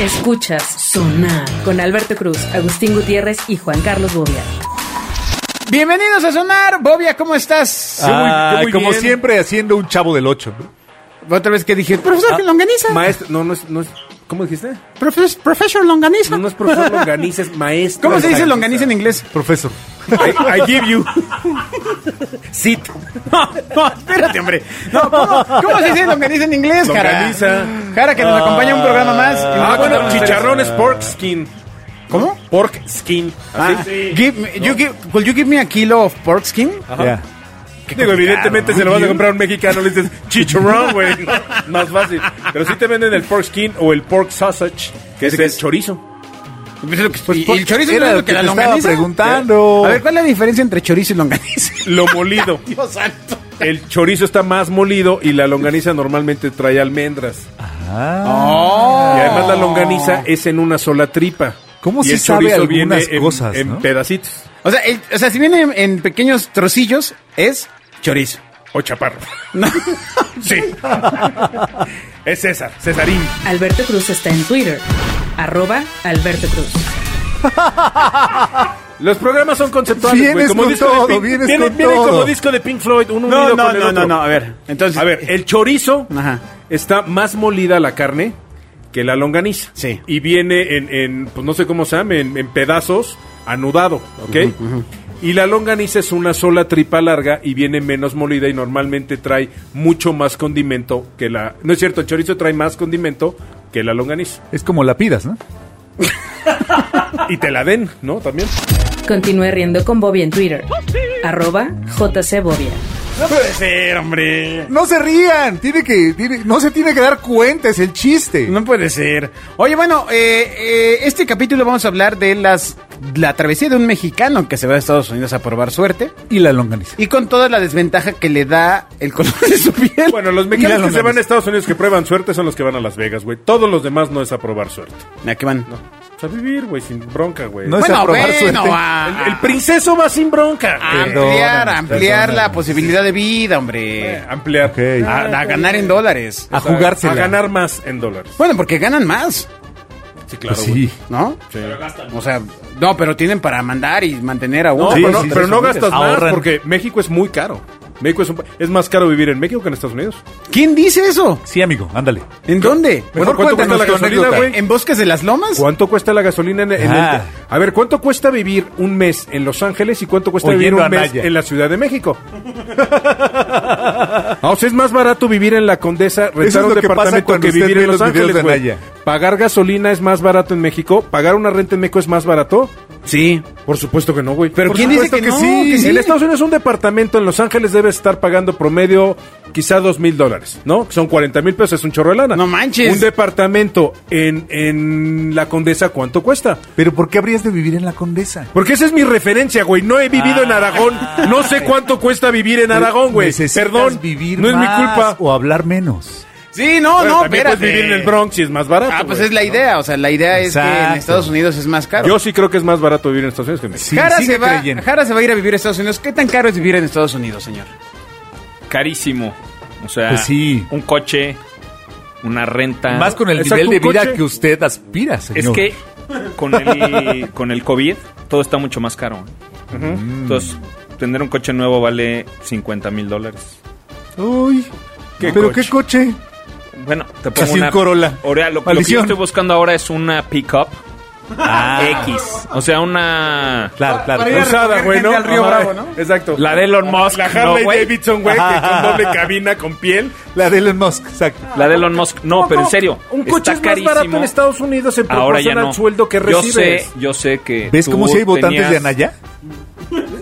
Escuchas Sonar con Alberto Cruz, Agustín Gutiérrez y Juan Carlos Bobia. Bienvenidos a Sonar. Bobia, ¿cómo estás? Sí, muy- Ay, muy como bien. siempre, haciendo un chavo del 8. Otra vez que dije, profesor Ah, Longaniza. Maestro, no, no es, no es- ¿Cómo dijiste? profes- professor Longaniza. No, no es profesor Longaniza, es maestro. ¿Cómo se dice longaniza en inglés? Profesor. I, I give you. Sit. No, espérate, hombre. No, ¿cómo, cómo se dice longaniza en inglés, Jara? Longaniza. Jara, que nos acompaña a un programa más. Y Ah, nos va a bueno, contar chicharrón es pork skin. ustedes. ¿Cómo? Pork skin. Ah, give me- you give- could you give me a kilo of pork skin? Yeah. Digo, evidentemente se lo vas a comprar a un mexicano, le dices chicharrón, güey. Más fácil. Pero sí te venden el pork skin o el pork sausage, que es el chorizo. Y- y el chorizo era no es lo lo que que la te estaba longaniza. preguntando. A ver, ¿cuál es la diferencia entre chorizo y longaniza? Lo molido. Dios santo. El chorizo está más molido y la longaniza normalmente trae almendras. Y además la longaniza es en una sola tripa. Ah. ¿Cómo y sí el sabe chorizo algunas viene en- cosas, En, no? pedacitos. O sea, el- o sea, si viene en, en pequeños trocillos, es chorizo. O chaparro. sí. es César, Cesarín. Alberto Cruz está en Twitter, arroba Alberto Cruz. Los programas son conceptuales, Vienes güey, como con disco de todo, Pink- vienes viene- con viene como todo. disco de Pink Floyd, uno unido con el otro. A ver, entonces. A ver, el chorizo Ajá. está más molida la carne que la longaniza. Sí. Y viene en, en, pues no sé cómo se llama, en, en pedazos, anudado, ¿ok? Y la longaniza es una sola tripa larga y viene menos molida y normalmente trae mucho más condimento que la... No es cierto, el chorizo trae más condimento que la longaniza. Es como la pidas, ¿no? Y te la den, ¿no? También. Continúe riendo con Bobia en Twitter, arroba JC Bobia. No puede ser, hombre. No se rían. Tiene que, tiene- no se tiene que dar cuenta, es el chiste. No puede ser. Oye, bueno, eh, eh, este capítulo vamos a hablar de las la travesía de un mexicano que se va a Estados Unidos a probar suerte Y la longaniza. y con toda la desventaja que le da el color de su piel. Bueno, los Y la mexicanos que se longaniza. van a Estados Unidos que prueban suerte son los que van a Las Vegas, güey. Todos los demás no es a probar suerte. ¿A qué van? O sea, vivir, güey, sin bronca, güey. No es a probar suerte. a- El, el princeso va sin bronca. a ampliar, Perdóname, ampliar la perdóname. posibilidad de vida, hombre. Eh, ampliar. Ok. Ah, A, a ganar en dólares. A O sea, jugársela. A ganar más en dólares. Bueno, porque ganan más, Sí, claro. Pues sí. ¿no? güey. Sí. O sea, no, pero tienen para mandar y mantener a uno. No, pues, Sí, pero, no, sí, pero sí, no sí, gastas más ahorran. porque México es muy caro. México es, un pa- es más caro vivir en México que en Estados Unidos. ¿Quién dice eso? Sí, amigo, ándale. ¿En dónde? Bueno, Mejor ¿cuánto cuéntanos cuesta la tu gasolina, anécdota. güey? ¿En Bosques de las Lomas? ¿Cuánto cuesta la gasolina en, en Ah. el- A ver, ¿cuánto cuesta vivir un mes en Los Ángeles y cuánto cuesta O vivir yendo un a mes Naya. en la Ciudad de México? Ah, o sea, es más barato vivir en la Condesa, rentar Eso es un lo que pasa departamento cuando que usted vivir ve en Los los videos Ángeles, de güey. Naya. Pagar gasolina es más barato en México, pagar una renta en México es más barato. Sí. Por supuesto que no, güey. Pero Por ¿quién dice supuesto que no? Que sí. En Estados Unidos un departamento en Los Ángeles debe estar pagando promedio quizá dos mil dólares, ¿no? Son 40 mil pesos, es un chorro de lana. No manches. Un departamento en, en La Condesa, ¿cuánto cuesta? Pero ¿por qué habrías de vivir en la condesa? Porque esa es mi referencia, güey. No he vivido Ah. en Aragón. No sé cuánto cuesta vivir Pues en Aragón, güey. Necesitas Perdón. vivir no es mi más culpa. O hablar menos. Sí, no, Bueno, no, también espérate. puedes vivir en el Bronx y es más barato. Ah, pues güey, es la ¿no? idea. O sea, la idea es que en Exacto. Estados Unidos es más caro. Yo sí creo que es más barato vivir en Estados Unidos que en México. Sí, Jara, sigue se va, creyendo. Jara se va a ir a vivir a Estados Unidos. ¿Qué tan caro es vivir en Estados Unidos, señor? carísimo. O sea, Pues sí. un coche, una renta. Más con el Exacto, nivel de Ah, un vida coche. que usted aspira, es señor. que con el, con el COVID todo está mucho más caro. Mm. Entonces, tener un coche nuevo vale 50 mil dólares. Uy, ¿Qué ¿pero coche? qué coche? Bueno, te pongo Casi un una... Corolla. Ahora, lo, lo que yo Maldición. estoy buscando ahora es una pickup Ah. X. O sea, una... Claro, claro. para ir a Usada, recoger güey, gente ¿no? al Río Ajá, Bravo, ¿no? Exacto. La de Elon Musk, La Harley no, güey. Davidson, güey, que con doble cabina, con piel. La de Elon Musk, exacto. La de Elon Musk. No, pero en serio. Un coche está es más carísimo. barato en Estados Unidos en Ahora ya proporción no. al sueldo que yo sé, recibes. yo sé que ¿Ves tú cómo si hay votantes de tenías- Anaya?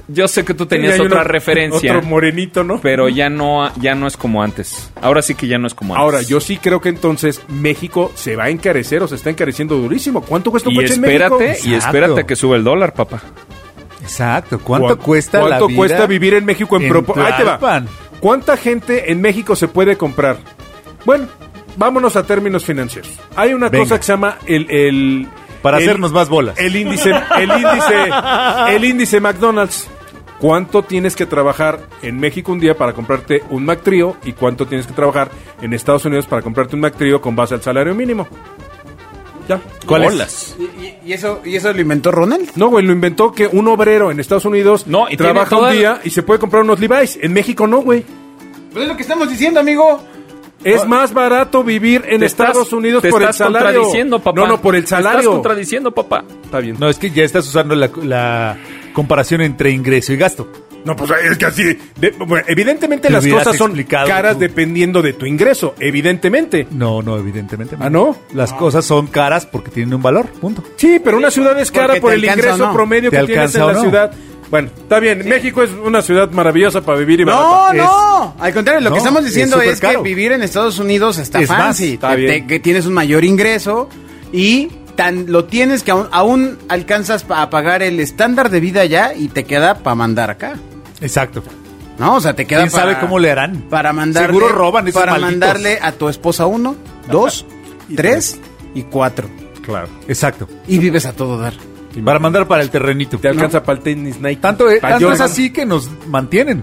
Yo sé que tú tenías Y hay otra uno- referencia. Otro morenito, ¿no? pero ya no ya no es como antes. Ahora sí que ya no es como antes. Ahora, yo sí creo que entonces México se va a encarecer o se está encareciendo durísimo. ¿Cuánto cuesta un y coche en espérate, México? y espérate que sube el dólar, papá. Exacto. ¿Cuánto ¿Cuán- cuesta la ¿Cuánto vida cuesta vivir en México en, en propo- Ahí te va. Tlalpan? ¿Cuánta gente en México se puede comprar? Bueno, vámonos a términos financieros. Hay una Venga. cosa que se llama el... el- Para el- hacernos más bolas. El índice, el índice, el índice McDonald's. ¿Cuánto tienes que trabajar en México un día para comprarte un McTrio y cuánto tienes que trabajar en Estados Unidos para comprarte un McTrio con base al salario mínimo? Ya. ¿Cuál es? Bolas. ¿Y, y- y eso, ¿Y eso lo inventó Ronald? No, güey, lo inventó que un obrero en Estados Unidos No, y tiene trabaja un toda- día y se puede comprar unos Levi's. En México no, güey. Pues es lo que estamos diciendo, amigo. Es más barato vivir en Ah, Te estás- Estados Unidos te por el estás salario. contradiciendo, papá. No, no, por el Te estás salario. contradiciendo, papá. Está bien. No, es que ya estás usando la, la comparación entre ingreso y gasto. No, pues es que así. de- bueno, evidentemente Te las hubieras cosas son explicado caras tú. dependiendo de tu ingreso. Evidentemente. No, no, evidentemente. Ah, ¿no? Las cosas son caras porque tienen un valor, punto. Sí, pero una ciudad es cara Porque por te el alcanza o ingreso no. promedio ¿Te que tienes alcanza en o la no? ciudad. Bueno, está bien. México es una ciudad maravillosa para vivir y No, barata. no. Al contrario, lo No, que estamos diciendo es es, que supercaro. vivir en Estados Unidos está Es más, fancy. está Te- bien. te- que tienes un mayor ingreso y tan lo tienes que aún, aún alcanzas pa- a pagar el estándar de vida allá y te queda para mandar acá. Exacto. No, o sea, te queda ¿Quién para- sabe cómo le harán? Para mandarle, Seguro roban esos para malditos. mandarle a tu esposa uno, dos, tres y cuatro. Claro. Exacto. Y vives a todo dar. Para mandar para el terrenito. Te alcanza para el tenis Nike. Tanto, es- Pa' tanto es Jordan. así que nos mantienen.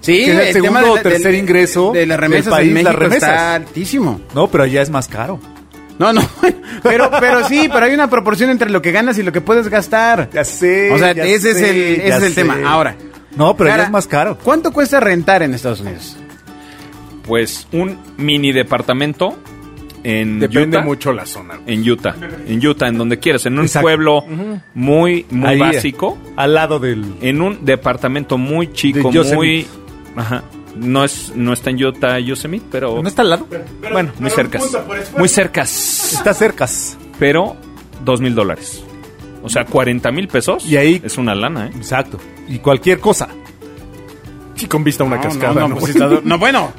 Sí, Que es el segundo o tercer ingreso de las del remesas país, en las México está remesas. altísimo. No, pero allá es más caro. No, no, pero, pero sí, pero hay una proporción entre lo que ganas y lo que puedes gastar. sé. O sea, ese es el, ese es el tema. Ahora. No, pero allá Cara, es más caro. ¿Cuánto cuesta rentar en Estados Unidos? Pues un mini departamento en Depende Utah. mucho la zona. güey. En Utah. En Utah, en donde quieras. En un Exacto. pueblo muy, muy Ahí, básico. Al lado del. En un departamento muy chico, De Yosemite. muy... Ajá. No, es, no está en Utah, Yosemite, pero... ¿No está al lado? bueno, muy cercas. Muy cercas. Está cerca. Pero dos mil dólares. O sea, 40 mil pesos. Y ahí- Es una lana, ¿eh? Exacto. Y cualquier cosa. Sí, con vista a una No, cascada. no, no, ¿no? pues, está do- no, bueno.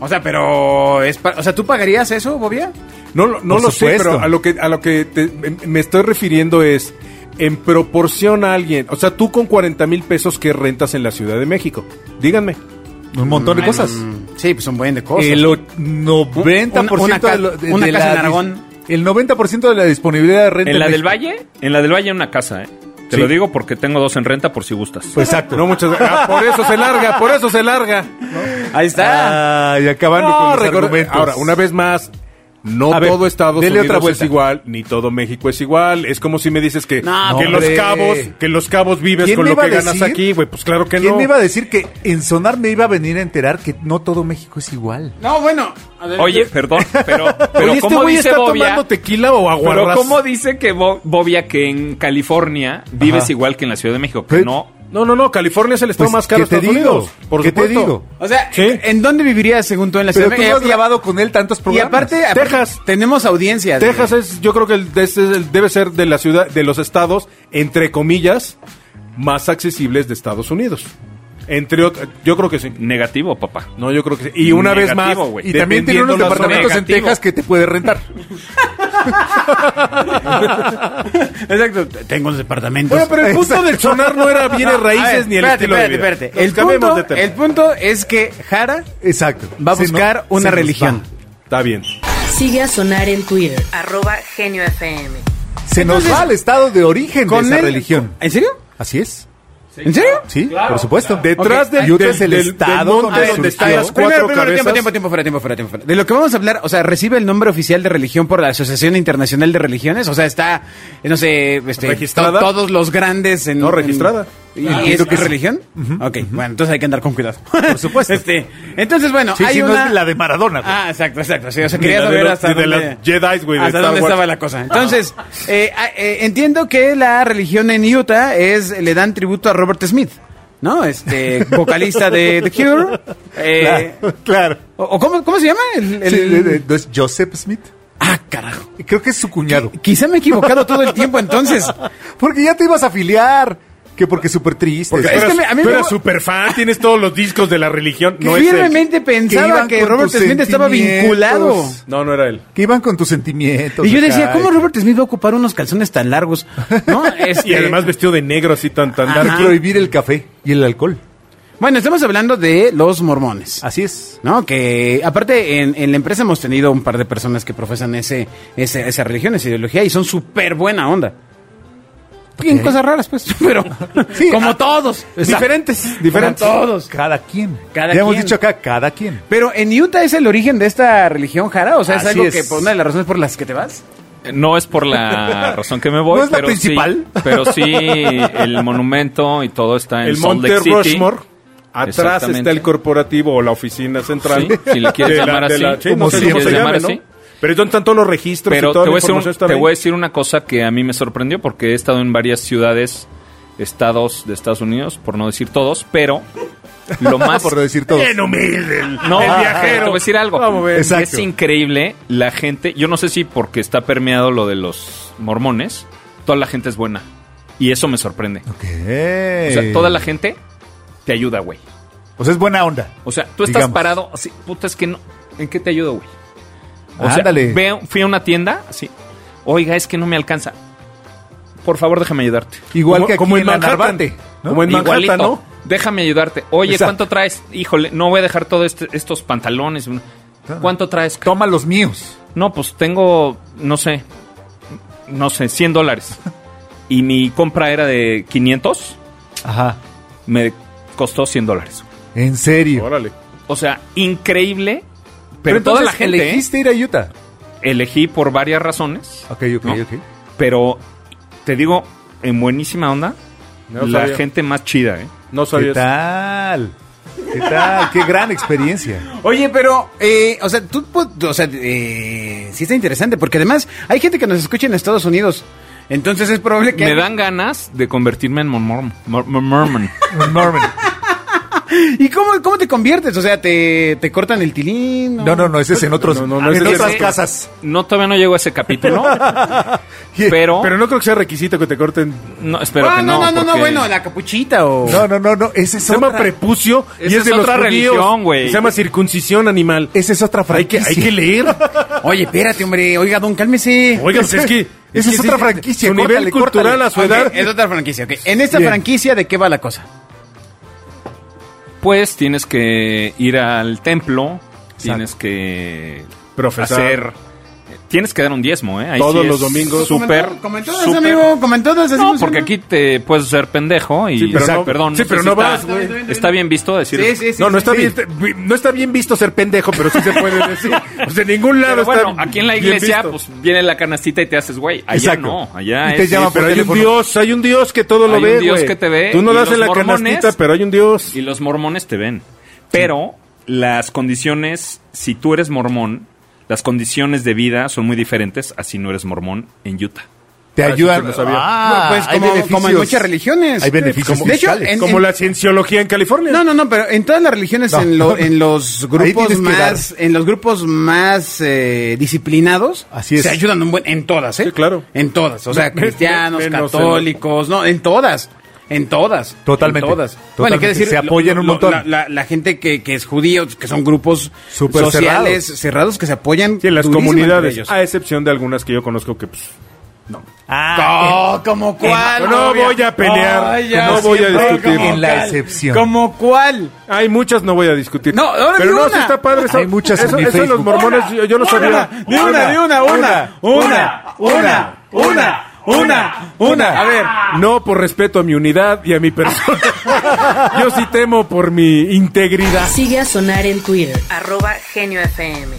O sea, pero es pa- o sea, ¿tú pagarías eso, Bobia? No, lo- no Por lo sé, supuesto. pero a lo que, a lo que te- me- me estoy refiriendo es en proporción a alguien. O sea, tú con 40 mil pesos que rentas en la Ciudad de México. Díganme. Un montón de cosas. Mm, sí, pues un buen de cosas. El o- 90% Una- una ca- de, lo- de- una de casa la en dis- Aragón. El 90% de la disponibilidad de renta. ¿En la del México. Valle? En la del Valle una casa, ¿eh? Te Sí. lo digo porque tengo dos en renta por si gustas. Pues exacto. No, muchas ah, Por eso se larga, por eso se larga. Ahí está. Ah, y acabando No, con los recuerda- argumentos. Ahora, una vez más. No A ver, todo Estados dele Unidos otra es vuelta. igual, ni todo México es igual. Es como si me dices que, No, que los hombre. cabos, que los cabos vives ¿Quién con me lo iba que a ganas decir? aquí, güey. Pues claro que ¿Quién no. me iba a decir que en sonar me iba a venir a enterar que no todo México es igual? No, bueno. a ver, Oye, perdón, pero, pero Oye, este ¿cómo güey dice está Bobia? tomando tequila o aguarras. Pero ¿cómo dice que Bo- Bobia que en California vives igual que en la Ciudad de México? Que ¿Qué? no. No, no, no, California es el estado Pues, más caro de ¿qué te Estados digo? Unidos. Por ¿Qué te supuesto. digo? O sea, Sí. ¿en- ¿en dónde vivirías según tú en la Pero ciudad? tú de no has México? grabado con él tantos Y programas. aparte, aparte, Texas. tenemos audiencia. de- Texas es, yo creo que el- es el- debe ser de la ciudad, de los estados, entre comillas, más accesibles de Estados Unidos. Entre otros, yo creo que sí. Negativo, papá. No, yo creo que sí. Y una Negativo, vez más, güey. Y también tiene dependiendo unos la departamentos zona. en Texas que te puede rentar. Exacto. Tengo unos departamentos. Bueno, pero el punto del sonar no era bienes No, a ver, raíces ni el espérate, estilo espérate, de vida. espérate. Nos El cambiemos punto, de tema. el punto es que Jara Exacto. va a Se buscar no- se una nos religión. Está bien. Sigue a Sonar en Twitter, arroba Genio FM. va. Se nos Entonces, va al estado de origen de esa él- religión. ¿En serio? Así es. ¿En serio? Sí, por supuesto. Detrás Ok. del- Utah del- es el del- del estado monte A ver, donde surgió. está primero, las cuatro primero, tiempo, cabezas. tiempo, tiempo, fuera, tiempo, fuera, tiempo, fuera. De lo que vamos a hablar, o sea, recibe el nombre oficial de religión por la Asociación Internacional de Religiones, o sea, está, eh, no sé, este, Registrada. to- todos los grandes en... No, en- registrada. ¿Y, y eso qué es religión? Ok, bueno, entonces hay que andar con cuidado. Por supuesto. este, entonces, bueno, Sí, hay sí, no una... es la de Maradona. güey. Ah, exacto, exacto. Sí, o sea, Ni quería la de saber los- hasta ni de dónde, las Jedi's, güey, de hasta Star dónde Wars. estaba la cosa. Entonces, eh, ah, eh, entiendo que la religión en Utah es le dan tributo a Robert Smith, ¿no? Este vocalista de The Cure. eh, Claro, claro. o, o cómo, cómo se llama? El, el- Sí, de- de- ¿no es Joseph Smith? Ah, carajo. Creo que es su cuñado. Quizá me he equivocado todo el tiempo, entonces. Porque ya te ibas a afiliar. Que porque súper triste. Porque Es tú que eras, me- a mí tú me- eras super fan, tienes todos los discos de la religión. No es él. firmemente pensaba iban que, con Robert tus Smith estaba sentimientos. vinculado. No, no era él. Que iban con tus sentimientos. Y yo acá, decía, ¿cómo y- Robert Smith va a ocupar unos calzones tan largos? ¿No? Este- Y además vestido de negro así tan tan Ajá. largo. Hay que prohibir el café y el alcohol. Bueno, estamos hablando de los mormones. Así es. ¿No? Que aparte en, en la empresa hemos tenido un par de personas que profesan ese, ese, esa religión, esa ideología y son súper buena onda. Tienen Ok. cosas raras, pues, pero Sí, como ah, todos, diferentes, diferentes. Como todos. Cada quien. Cada ya hemos quien. dicho acá, cada quien. Pero en Utah es el origen de esta religión, Jara. O sea, es Así algo es. que por una de las razones por las que te vas. No es por la razón que me voy, ¿No es la pero principal? sí, pero sí el monumento y todo está en el Salt Monte Lake City. Rushmore. Atrás Exactamente. está el corporativo o la oficina central. Sí, si le quieres De la- llamar de así. la- sí, Como no sé si cómo quieres se llamar llame, así. ¿no? Pero están tantos los registros Pero y te toda la voy, a decir un- información está te ahí. voy a decir una cosa que a mí me sorprendió porque he estado en varias ciudades, estados de Estados Unidos, por no decir todos, pero lo más... Ah, por decir todo. Bien humilde el- No, ah, el te viajero. voy a decir algo. Vamos a ver. Exacto. Es increíble la gente. Yo no sé si porque está permeado lo de los mormones, toda la gente es buena. Y eso me sorprende. Ok. O sea, toda la gente te ayuda, güey. O sea, es buena onda. O sea, tú estás Digamos. parado así, puta, es que no. ¿En qué te ayudo, güey? O Ándale. sea, veo- fui a una tienda así. Oiga, es que no me alcanza. Por favor, déjame ayudarte. Igual Como- que aquí como en en, la Manhattan. Narvarte, ¿no? Como en Manhattan, Igualito. ¿no? Déjame ayudarte. Oye, Exacto. ¿cuánto traes? Híjole, no voy a dejar todos estos pantalones. Ah. ¿Cuánto traes? Toma los míos. No, pues tengo, no sé, no sé, 100 dólares. Y mi compra era de 500, Ajá. me costó 100 dólares. En serio. Órale. O sea, increíble, pero, toda entonces, la gente... ¿eh? elegiste ir a Utah. Elegí por varias razones, Ok, ok, No. ok. pero te digo, en buenísima onda, No la sabía. gente más chida, ¿eh? No ¿Qué sabías. tal? ¿Qué tal? Qué gran experiencia. Oye, pero, eh, o sea, tú, pu- o sea, eh, sí está interesante, porque además hay gente que nos escucha en Estados Unidos. Entonces es probable que... Me dan ganas de convertirme en mormón. mor- mor- mormon. Norman. ¿Y cómo, cómo te conviertes? O sea, ¿te, te cortan el tilín? No, no, no, ese es en otros, No, no, no, en ese es otras en- casas. No, todavía no llego a ese capítulo, Y- pero... Pero no creo que sea requisito que te corten. no, espero Ah, que no, no. no, no, no, porque- bueno, la capuchita o... No, no, no, no, ese es Se llama otra, prepucio y Esa es de es los otra judíos. religión, güey. Se llama circuncisión animal. esa es otra Hay que, franquicia. hay que leer. Oye, espérate, hombre. Oiga, don, cálmese. Oiga, pues es que. Esa que es otra sí, franquicia, Su nivel córtale, cultural córtale. a su Ok, edad. es otra franquicia, ok. En esta Bien. franquicia, ¿de qué va la cosa? pues tienes que ir al templo, tienes que Profesar. hacer, tienes que dar un diezmo, ¿eh? Ahí Todos sí los es domingos. Súper, Como en todas, súper- amigo. Como en todas. así No, funciona. porque aquí te puedes ser pendejo y Sí, pero Exacto, no- perdón. sí, sé pero si no está- vas, güey. Está bien visto decir. Sí, sí, sí. no, no está, sí. bien, no está bien visto ser pendejo, pero sí se puede decir. O sea, en ningún lado Pero bueno, está aquí en la bien iglesia, visto. pues viene la canastita y te haces güey. Allá Exacto. no, allá Y te es- llaman Pero por hay un teléfono. Dios, hay un Dios que todo lo Hay ve, un Dios güey. que te ve, Tú no y das los en la mormones- canastita, pero hay un Dios. Y los mormones te ven. Pero las condiciones, si tú eres mormón, las condiciones de vida son muy diferentes a si no eres mormón en Utah. Te Ah, eso ayudan. sí no sabía. Ah, No, pues, hay como- beneficios. como en muchas religiones. Hay beneficios Como- de hecho, fiscales. en- Como la cienciología en California. No, no, no, pero en todas las religiones, No. en, lo- en los Ahí tienes grupos que más, en los grupos más eh, disciplinados, Así es. se ayudan un buen, en todas, ¿eh? Sí, claro. En todas, o sea, Me- cristianos, me- menos en- católicos, no, en todas. En todas. Totalmente, En todas. totalmente, hay que se apoyan un montón. La, la- la gente que, que es judío, que son grupos Súper sociales, cerrados. cerrados. que se apoyan Sí, en las durísimo entre comunidades. ellos. A excepción de algunas que yo conozco que, pues, Ah, Oh, ¿Como cuál? no novia? voy a pelear, ya no voy a siempre, discutir. ¿como En la cuál? excepción. ¿Como cuál? Hay muchas, no voy a discutir. No, ahora Pero di no, una. sí está padre. Eso, Hay muchas en eso, mi eso de los Facebook. mormones, yo, yo no sabía. De una, de una, una, una, una, una, una, una. A ver, no por respeto a mi unidad y a mi persona. yo sí temo por mi integridad. Sigue a Sonar en Twitter, arroba Genio FM.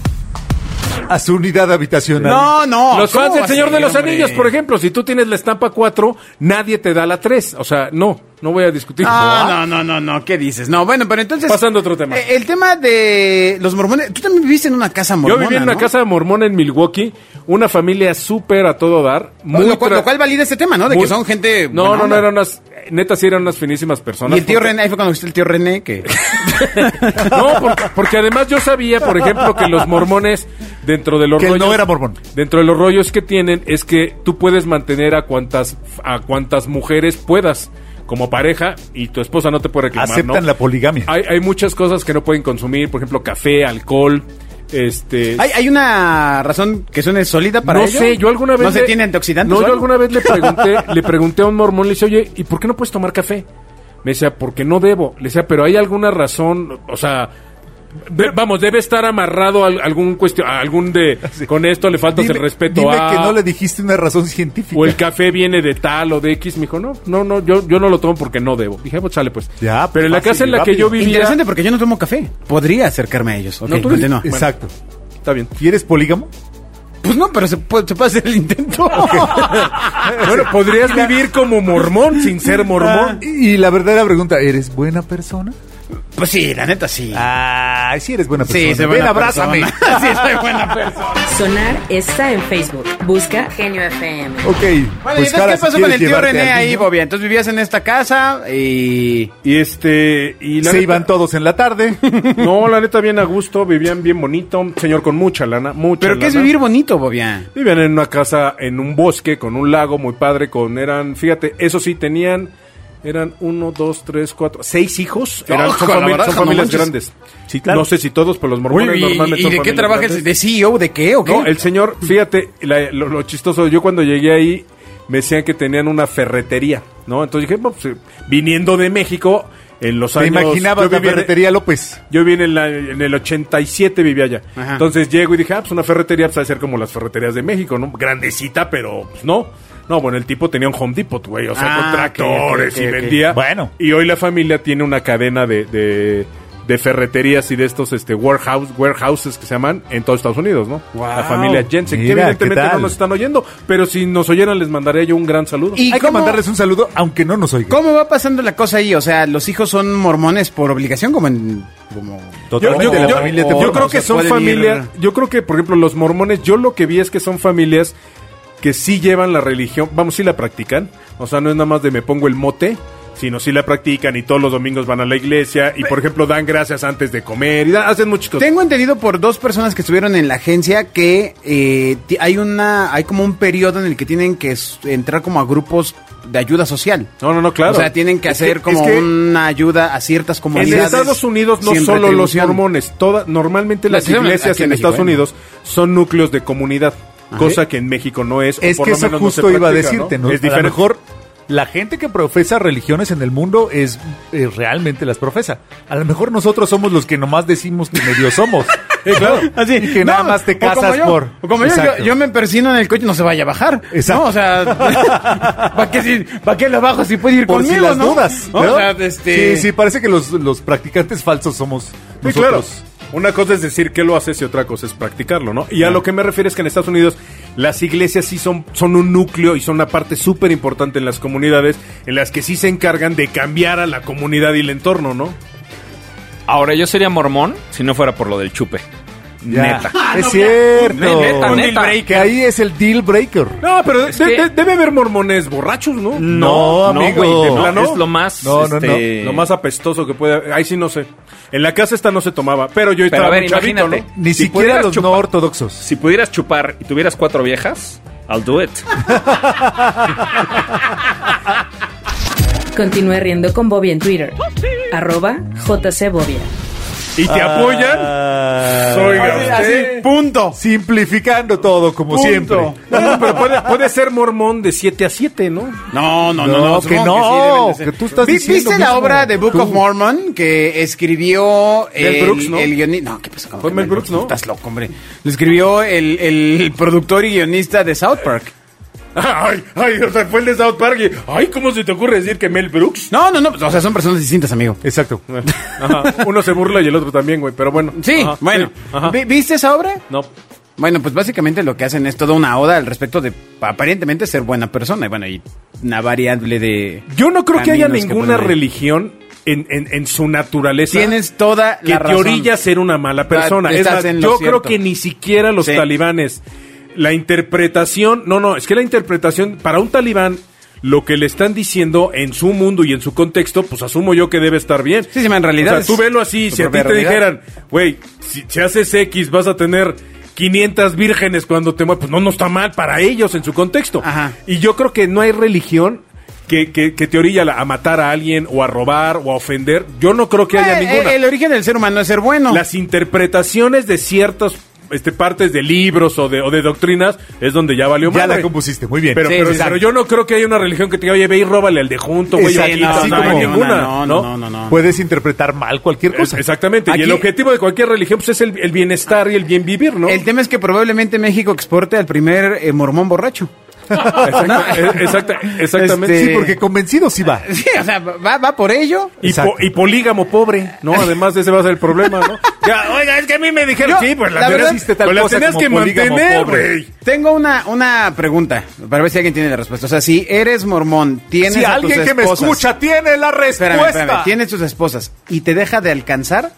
a su unidad habitacional. No, no. los ¿cómo fans del va a Señor ser, de los hombre? Anillos, por ejemplo, si tú tienes la estampa 4, nadie te da la 3. O sea, no, no voy a discutir. No, Ah, no, no, no, no, ¿qué dices? No, bueno, pero entonces... Pasando a otro tema. Eh, El tema de los mormones... Tú también viviste en una casa Yo mormona, viví en una ¿no? casa mormona en Milwaukee, una familia súper a todo dar. Muy lo, cual, tra- lo cual valida este tema, ¿no? De muy- que son gente... No, buena no, no, onda. eran unas. Neta, sí eran unas finísimas personas. Y el tío Porque- René, ahí fue cuando viste el tío René que... No, porque, porque además yo sabía, por ejemplo, que los mormones, dentro de los Que él rollos. no era mormón. Dentro de los rollos que tienen, es que tú puedes mantener a cuantas, a cuantas mujeres puedas como pareja y tu esposa no te puede reclamar. Aceptan ¿no? Ah, la poligamia. Hay, hay muchas cosas que no pueden consumir, por ejemplo, café, alcohol, este. ¿Hay, hay una razón que suene sólida para no ello? sé, yo alguna vez. ¿No se le- tiene antioxidantes No, o yo algo? alguna vez le pregunté, le pregunté a un mormón, le dije, oye, ¿y por qué no puedes tomar café? Me decía, porque no debo. Le decía, pero hay alguna razón, o sea. de- vamos, debe estar amarrado a algún cuestión, a algún de con esto le faltas Dime- el respeto dime a que no le dijiste una razón científica. o el café viene de tal o de X, me dijo, "No, no, no, yo yo no lo tomo porque no debo." Dije, "Pues sale pues." Ya, pero en la fácil casa en y la que rápido. yo vivía Interesante porque yo no tomo café. Podría acercarme a ellos. Ok, No, tú- continúa. Exacto. está bien. ¿Y eres polígamo? Pues no, pero se puede, se puede hacer el intento. Bueno, podrías vivir como mormón sin ser mormón. Y la verdadera pregunta, ¿eres buena persona? Pues sí, la neta Ah, sí. Ay, Ah, sí eres buena persona. sí, soy Ven, buena abrázame. persona. sí, soy buena persona. Sonar está en Facebook. Busca Genio FM. Bueno, Ok. pues ¿y entonces Cara, qué si pasó con quieres el tío llevarte al René ahí, niño, Bobia? Entonces vivías en esta casa y... Y este. Y la Se neta- iban todos en la tarde. No, la neta, bien a gusto, vivían bien bonito. Un señor con mucha lana, mucha ¿Pero qué es lana. vivir bonito, Bobia? Vivían en una casa, en un bosque, con un lago muy padre, con eran, fíjate, eso sí tenían, eran uno, dos, tres, cuatro, seis hijos. Eran, Ojo, son, la famili- baraja, son no familias manches. grandes. Sí, claro. No sé si todos, pero los mormones Oye, normalmente ¿Y, y son de qué familias trabajas? grandes. ¿De CEO? ¿De qué o qué? No, el señor, fíjate, la- lo, lo chistoso, yo cuando llegué ahí me decían que tenían una ferretería, ¿no? Entonces dije, bueno, pues, eh, viniendo de México, en los Te años... imaginabas yo la vivía e-, de- ferretería López. yo vine en, la- en el 87, vivía allá. Ajá. Entonces llego y dije, ah, pues una ferretería, pues a ser como las ferreterías de México, ¿no? Grandecita, pero pues no. No, bueno, el tipo tenía un Home Depot, güey, o sea, Ah, con tractores ok, ok, y ok. vendía. Bueno. Y hoy la familia tiene una cadena de, de, de ferreterías y de estos este, warehouse, warehouses que se llaman en todos Estados Unidos, ¿no? Wow. La familia Jensen, que Mira, ¿qué evidentemente no tal? nos están oyendo, pero si nos oyeran les mandaría yo un gran saludo. ¿Y Hay que cómo- mandarles un saludo, aunque no nos oigan. ¿Cómo va pasando la cosa ahí? O sea, ¿los hijos son mormones por obligación como en...? Como... Totalmente, Yo, yo- la yo- familia te yo forma, creo o que sea, son pueden ir- familias. Yo creo que, por ejemplo, los mormones, yo lo que vi es que son familias que sí llevan la religión, vamos, sí la practican. O sea, no es nada más de me pongo el mote, sino sí la practican y todos los domingos van a la iglesia y, por ejemplo, dan gracias antes de comer y dan- hacen muchas cosas. Tengo entendido por dos personas que estuvieron en la agencia que eh, ti- hay una hay como un periodo en el que tienen que s- entrar como a grupos de ayuda social. No, no, no, claro. O sea, tienen que Es hacer es como que una ayuda a ciertas En comunidades. Estados Unidos no sin solo los retribución. mormones, toda, normalmente No, las sí, iglesias aquí en en México, Estados ¿eh? Unidos son núcleos de comunidad, cosa que en México no es. o Es por que lo eso menos no se justo iba a practica, decirte, ¿no? Es A lo diferente. mejor la gente que profesa religiones en el mundo es, eh, realmente las profesa. A lo mejor nosotros somos los que nomás decimos que medio somos. Eh, claro. Así. Y que No, nada más te o como casas yo, por. o como yo, yo, Exacto. yo me persino en el coche, no se vaya a bajar. Exacto. No, o sea, ¿para qué, si- pa' qué lo bajo si puede ir por conmigo, si las no? dudas. No, ¿no? O sea, este... Sí, sí, parece que los, los practicantes falsos somos Sí, claro. nosotros. Una cosa es decir que lo haces y otra cosa es practicarlo, ¿no? Y a lo que me refiero es que en Estados Unidos las iglesias sí son, son un núcleo y son una parte súper importante en las comunidades en las que sí se encargan de cambiar a la comunidad y el entorno, ¿no? Ahora, yo sería mormón si no fuera por lo del chupe. Ya. Neta. Ah, es cierto. No, neta, Un neta. deal breaker. Que ahí es el deal breaker. No, pero de- que- de- debe haber mormones borrachos, ¿no? No, amigo. güey, de No, plano. no. es lo más. No, no, este, Lo más apestoso que puede haber. Ahí sí no sé. En la casa esta no se tomaba, pero yo Pero estaba a ver, muy chavito, imagínate. ¿no? Ni Si siquiera pudieras los chupar- no ortodoxos. Si pudieras chupar y tuvieras cuatro viejas, I'll do it. Continúe riendo con Bobia en Twitter. Arroba JCBobia. Y te apoyan. Ah, Oiga, Así, usted- así, punto. Simplificando todo, como Punto. siempre. No, pero puede, puede ser mormón de 7 a 7, ¿no? No, no, no, No, no, que supongo no, deben de ser. que tú estás Vi- diciendo ¿Viste la mismo, obra de Book tú. of Mormon que escribió Mel el, Brooks, ¿no? el guionista? No, ¿qué pasó? ¿Cómo Fue que Mel Brooks, ¿no? Estás loco, hombre. Lo escribió el, el productor y guionista de South Park. Ay, ay, o sea, fue el de South Park y, ay, ¿cómo se te ocurre decir que Mel Brooks? No, no, no, pues, o sea, son personas distintas, amigo. Exacto. Ajá, Uno se burla y el otro también, güey, pero bueno. Sí, Ajá, bueno. sí, ajá. ¿Vi- ¿Viste esa obra? No. Bueno, pues básicamente lo que hacen es toda una oda al respecto de aparentemente ser buena persona. Y bueno, y una variable de. Yo no creo que haya caminos ninguna pueden- religión en, en, en su naturaleza Tienes toda que la te razón. orilla a ser una mala persona. Ah, Es estás más, en lo yo creo cierto. que ni siquiera los Sí. talibanes, la interpretación, no, no, es que la interpretación para un talibán, lo que le están diciendo en su mundo y en su contexto, pues asumo yo que debe estar bien. Sí, sí, en realidad O sea, es tú velo así, tu si a ti propia te realidad. dijeran, güey, si, si haces X vas a tener 500 vírgenes cuando te mueras, pues no, no está mal para ellos en su contexto. Ajá. Y yo creo que no hay religión que, que, que te orilla a la- a matar a alguien o a robar o a ofender. Yo no creo que haya Eh, ninguna. eh, El origen del ser humano es ser bueno. Las interpretaciones de ciertas este, partes de libros o de, o de doctrinas es donde ya valió Ya madre. la compusiste, muy bien. Pero, Sí, pero- sí, sí. pero yo no creo que haya una religión que te diga, oye, ve y róbale al de junto, Pues, güey. Exacto, o quita, así no, Pues, como- hay ninguna, No, no, no, no, no. Puedes interpretar mal cualquier Es- cosa. exactamente. Aquí- y el objetivo de cualquier religión pues, es el, el bienestar y el bien vivir, ¿no? El tema es que probablemente México exporte al primer eh, mormón borracho. Exacta- e, exacta- exactamente. pues, Este- Sí, porque convencido sí va. Sí, o sea, va, va por ello. Y, po- Exacto. y polígamo pobre, ¿no? Además de ese va a ser el problema, ¿no? Ya, oiga, es que a mí me dijeron, Yo, sí, pues la, la tenías- verdad- pues, la Tal cosa tenías como que polígamo mantener, pobre. güey. Tengo una, una pregunta para ver si alguien tiene la respuesta. O sea, si eres mormón, tienes Si a tus alguien que me esposas- escucha tiene la Espérame, respuesta. espérame. Tienes tus esposas y te deja de alcanzar.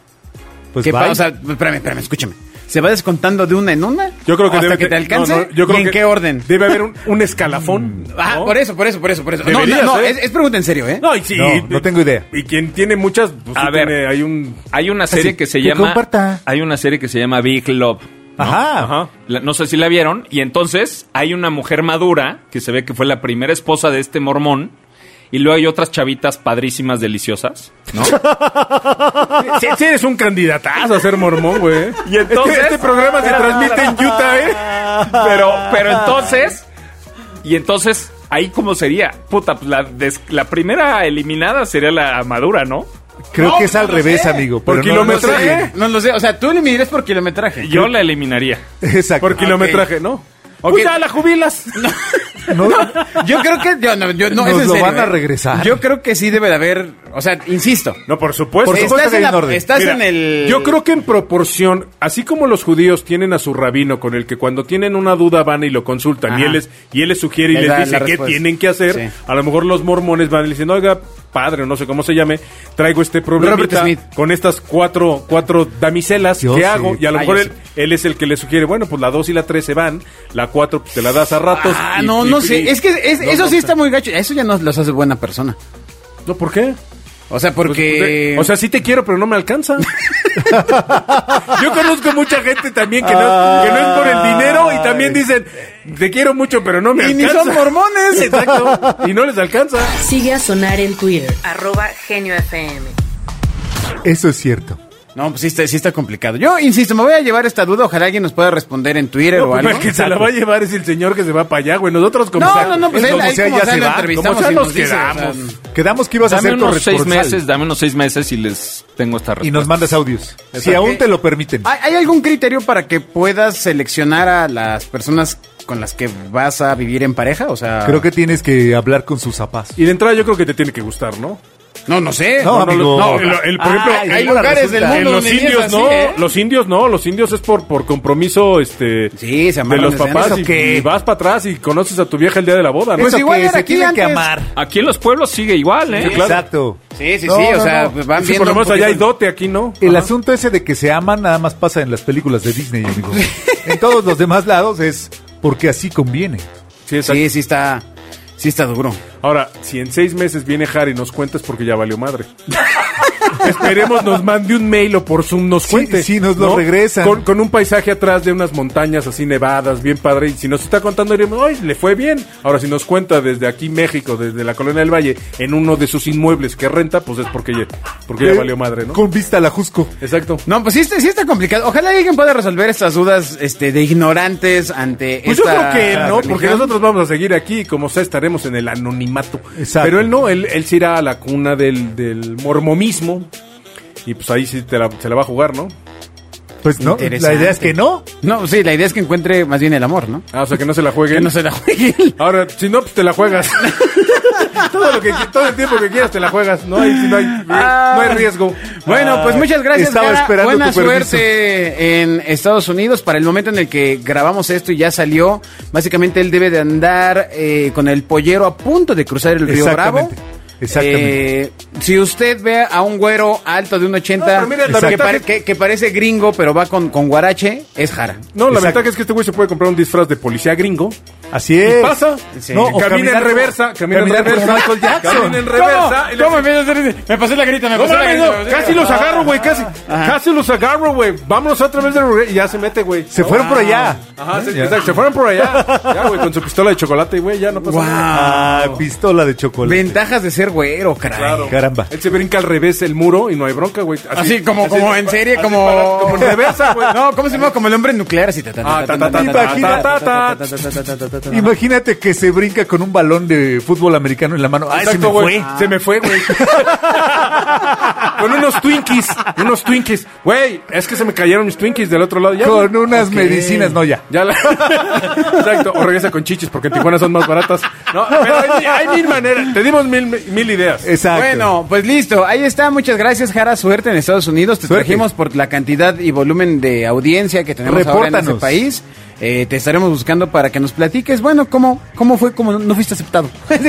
Pues ¿Qué bye. pa- O sea, espérame, espérame, escúchame. ¿Se va descontando de una en una? Yo creo que hasta debe que te- te alcance. no, no, yo creo ¿Y en que qué orden? Debe haber un, un escalafón. Ah, ¿no? por eso, por eso, por eso, por eso. No, Deberías, no, no, ¿eh? es, es pregunta en serio, ¿eh? No, y sí, No, no tengo idea. Y quien tiene muchas, pues, A sí ver. tiene- hay un Hay una serie Así, que se que llama. comparta. Hay una serie que se llama Big Love. Ajá. Ajá. La- no sé si la vieron. Y entonces hay una mujer madura que se ve que fue la primera esposa de este mormón. Y luego hay otras chavitas padrísimas, deliciosas. Sí, sí eres un candidatazo a ser mormón, güey. Y entonces- Este, este programa se transmite en Utah, Ah, ¿eh? Pero, pero entonces. Y entonces, ahí cómo sería. Puta, pues la, des- la primera eliminada sería la madura, ¿no? Creo No, que es no al lo revés, sé. amigo. Por pero no- no sé kilometraje. bien. No lo sé, o sea, tú le mides por kilometraje. Yo la eliminaría. Exacto. Por kilometraje, ¿no? Ok. Pues ya la jubilas. Ah, No, Yo creo que yo, no, yo, no, Nos es en lo serio, van a ¿eh? regresar. Yo creo que sí debe de haber, o sea, insisto. No, por supuesto. Por supuesto estás que en, hay la- un orden. estás Mira, en el Yo creo que en proporción, así como los judíos tienen a su rabino con el que cuando tienen una duda van y lo consultan y Ajá. él les y él les sugiere y Les les, da la dice qué respuesta. tienen que hacer, Sí. a lo mejor los mormones van y le dicen, "Oiga, padre, no sé cómo se llame, traigo este problemita Robert Smith. con estas cuatro cuatro damiselas, Yo ¿qué sí. hago?" Y a lo Ah, mejor yo él, él es el que le sugiere, "Bueno, pues la dos y la tres se van, la cuatro pues, te la das a ratos." Ah, y- no, y- pues no y- sé. Es que es- No, eso no sí sé. está muy gacho. Eso ya no los hace buena persona. No, ¿por qué? O sea, porque. Pues, O sea, sí te quiero, pero no me alcanza. Yo conozco mucha gente también que no, que no es por el dinero y también dicen, te quiero mucho, pero no me Y ni alcanza. son mormones. Exacto. Y no les alcanza. Sigue a Sonar en Twitter, arroba Genio FM. Eso es cierto. no, pues sí está, sí está complicado. Yo insisto, me voy a llevar esta duda. Ojalá alguien nos pueda responder en Twitter No, o pues, algo. el que se la va a llevar es el señor que se va para allá, güey. Nosotros como No, sea- no, no, pues Es él, como ahí sea, como ya sea, se lo va, entrevistamos como sea, y nos nos dice, o sea, quedamos. Quedamos que ibas a Dame ser unos seis corresponsal. meses, dame unos seis meses y les tengo esta respuesta. Y nos mandas audios. Si aún te lo permiten. ¿Hay, hay algún criterio para que puedas seleccionar a las personas con las que vas a vivir en pareja? O sea, Creo que tienes que hablar con sus papás. Y de entrada yo creo que te tiene que gustar, ¿no? no, no Ah, sé. No, amigo. no, el- el- por ejemplo, Ay, hay ahora lugares del resulta. mundo En los donde ni es indios así, no, ¿eh? los indios no, los indios es por por compromiso este Sí, se de amarran los desde papás antes, y, ¿o qué? y vas para atrás y conoces a tu vieja el día de la boda, ¿no? Pues Eso igual que era se aquí tienen que antes. amar. Aquí en los pueblos sigue igual, ¿eh? claro. Exacto. Sí, sí, No, sí, o no, sea, no. pues van Sí, viendo. por lo un menos allá hay poquito- dote, aquí no. El Ajá. asunto ese de que se aman nada más pasa en las películas de Disney, amigo. en todos los demás lados es porque así conviene. Sí, exacto. Sí, sí está, sí está duro. Ahora, si en seis meses viene Harry y nos cuentas porque ya valió madre. Esperemos nos mande un mail o por Zoom nos Sí, cuente. sí, nos lo regresan. Con, con un paisaje atrás de unas montañas así nevadas, bien padre. Y si nos está contando, diremos, ¡ay, le fue bien! Ahora, si nos cuenta desde aquí México, desde la Colonia del Valle, en uno de sus inmuebles que renta, pues es porque ya, porque ya Eh, valió madre, ¿no? Con vista a la Jusco. Exacto. No, pues sí está, sí está complicado. Ojalá alguien pueda resolver estas dudas este, de ignorantes ante Pues yo esta creo que él no, Ah, religión. porque nosotros vamos a seguir aquí y como sea estaremos en el anonimato. Exacto. Pero él no, él, él se irá a la cuna del, del mormomismo y pues ahí sí te la, se la va a jugar, ¿no? Pues no, la Interesante. idea es que no. No, pues sí, la idea es que encuentre más bien el amor, ¿no? Ah, o sea que no se la juegue. Que no se la juegue él. Ahora, si no, pues te la juegas. todo, lo que, todo el tiempo que quieras te la juegas. No hay, si no hay, no hay riesgo. Ah. Ah. Bueno, pues muchas gracias. estaba Gara. esperando Buena tu permiso. suerte en Estados Unidos. Para el momento en el que grabamos esto y ya salió, básicamente él debe de andar eh, con el pollero a punto de cruzar el río Bravo. Exactamente, exactamente. Eh, si usted ve a un güero alto de un 80 No, pero mira, la que, ventaja- pare- que- que parece gringo, pero va con, con guarache, es jara. No, la Exacto. ventaja es que este güey se puede comprar un disfraz de policía gringo. Así Y es. pasa. Sí. No, o camina en caminar como- reversa. Camina, caminar en como reversa. Michael Jackson. Camina en reversa. y le hace- Me pasé la grita, me No mames, no, casi Ah. los agarro, güey, casi. Casi los agarro, güey. Vámonos otra vez de regre- y ya se mete, güey. Se ¿No? fueron por allá. Ajá, se, Ya. exacto, se fueron por allá. Ya, güey, con su pistola de chocolate, güey, ya no pasa nada. Ah, pistola de chocolate. Ventajas de ser güero, caray. Claro. Caramba. Él se brinca al revés el muro y no hay bronca, güey. Así, como, como en serie, como... parado, como en reversa, güey. No, ¿cómo se llama? Como el hombre nuclear, así. ta, ta, ta, Ah, ta, ta, ta, ta, ta, ta, ta, ta, ta, ta, ta, ta, ta, ta, ta, ta, Exacto. Imagínate que se brinca con un balón de fútbol americano en la mano. ¡Ay, se me güey. fue! Se me fue, güey. Con unos Twinkies, unos Twinkies. Güey, es que se me cayeron mis Twinkies del otro lado. Ya, güey. Con unas medicinas, no ya. Ya la- Exacto, o regresa con chichis porque en Tijuana son más baratas. No, pero hay, hay mil maneras. Te dimos mil, mil ideas. Exacto. Bueno, pues listo. Ahí está. Muchas gracias, Jara. Suerte en Estados Unidos. Te Suerte. trajimos por la cantidad y volumen de audiencia que tenemos ahora en Repórtanos. este país. Eh, te estaremos buscando para que nos platiques. Bueno, ¿cómo, cómo fue? ¿Cómo no- no fuiste aceptado?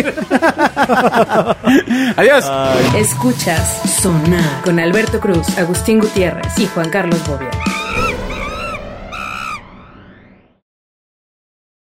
Adiós. Escuchas Sonar con Alberto Cruz, Agustín Gutiérrez y Juan Carlos Bobia.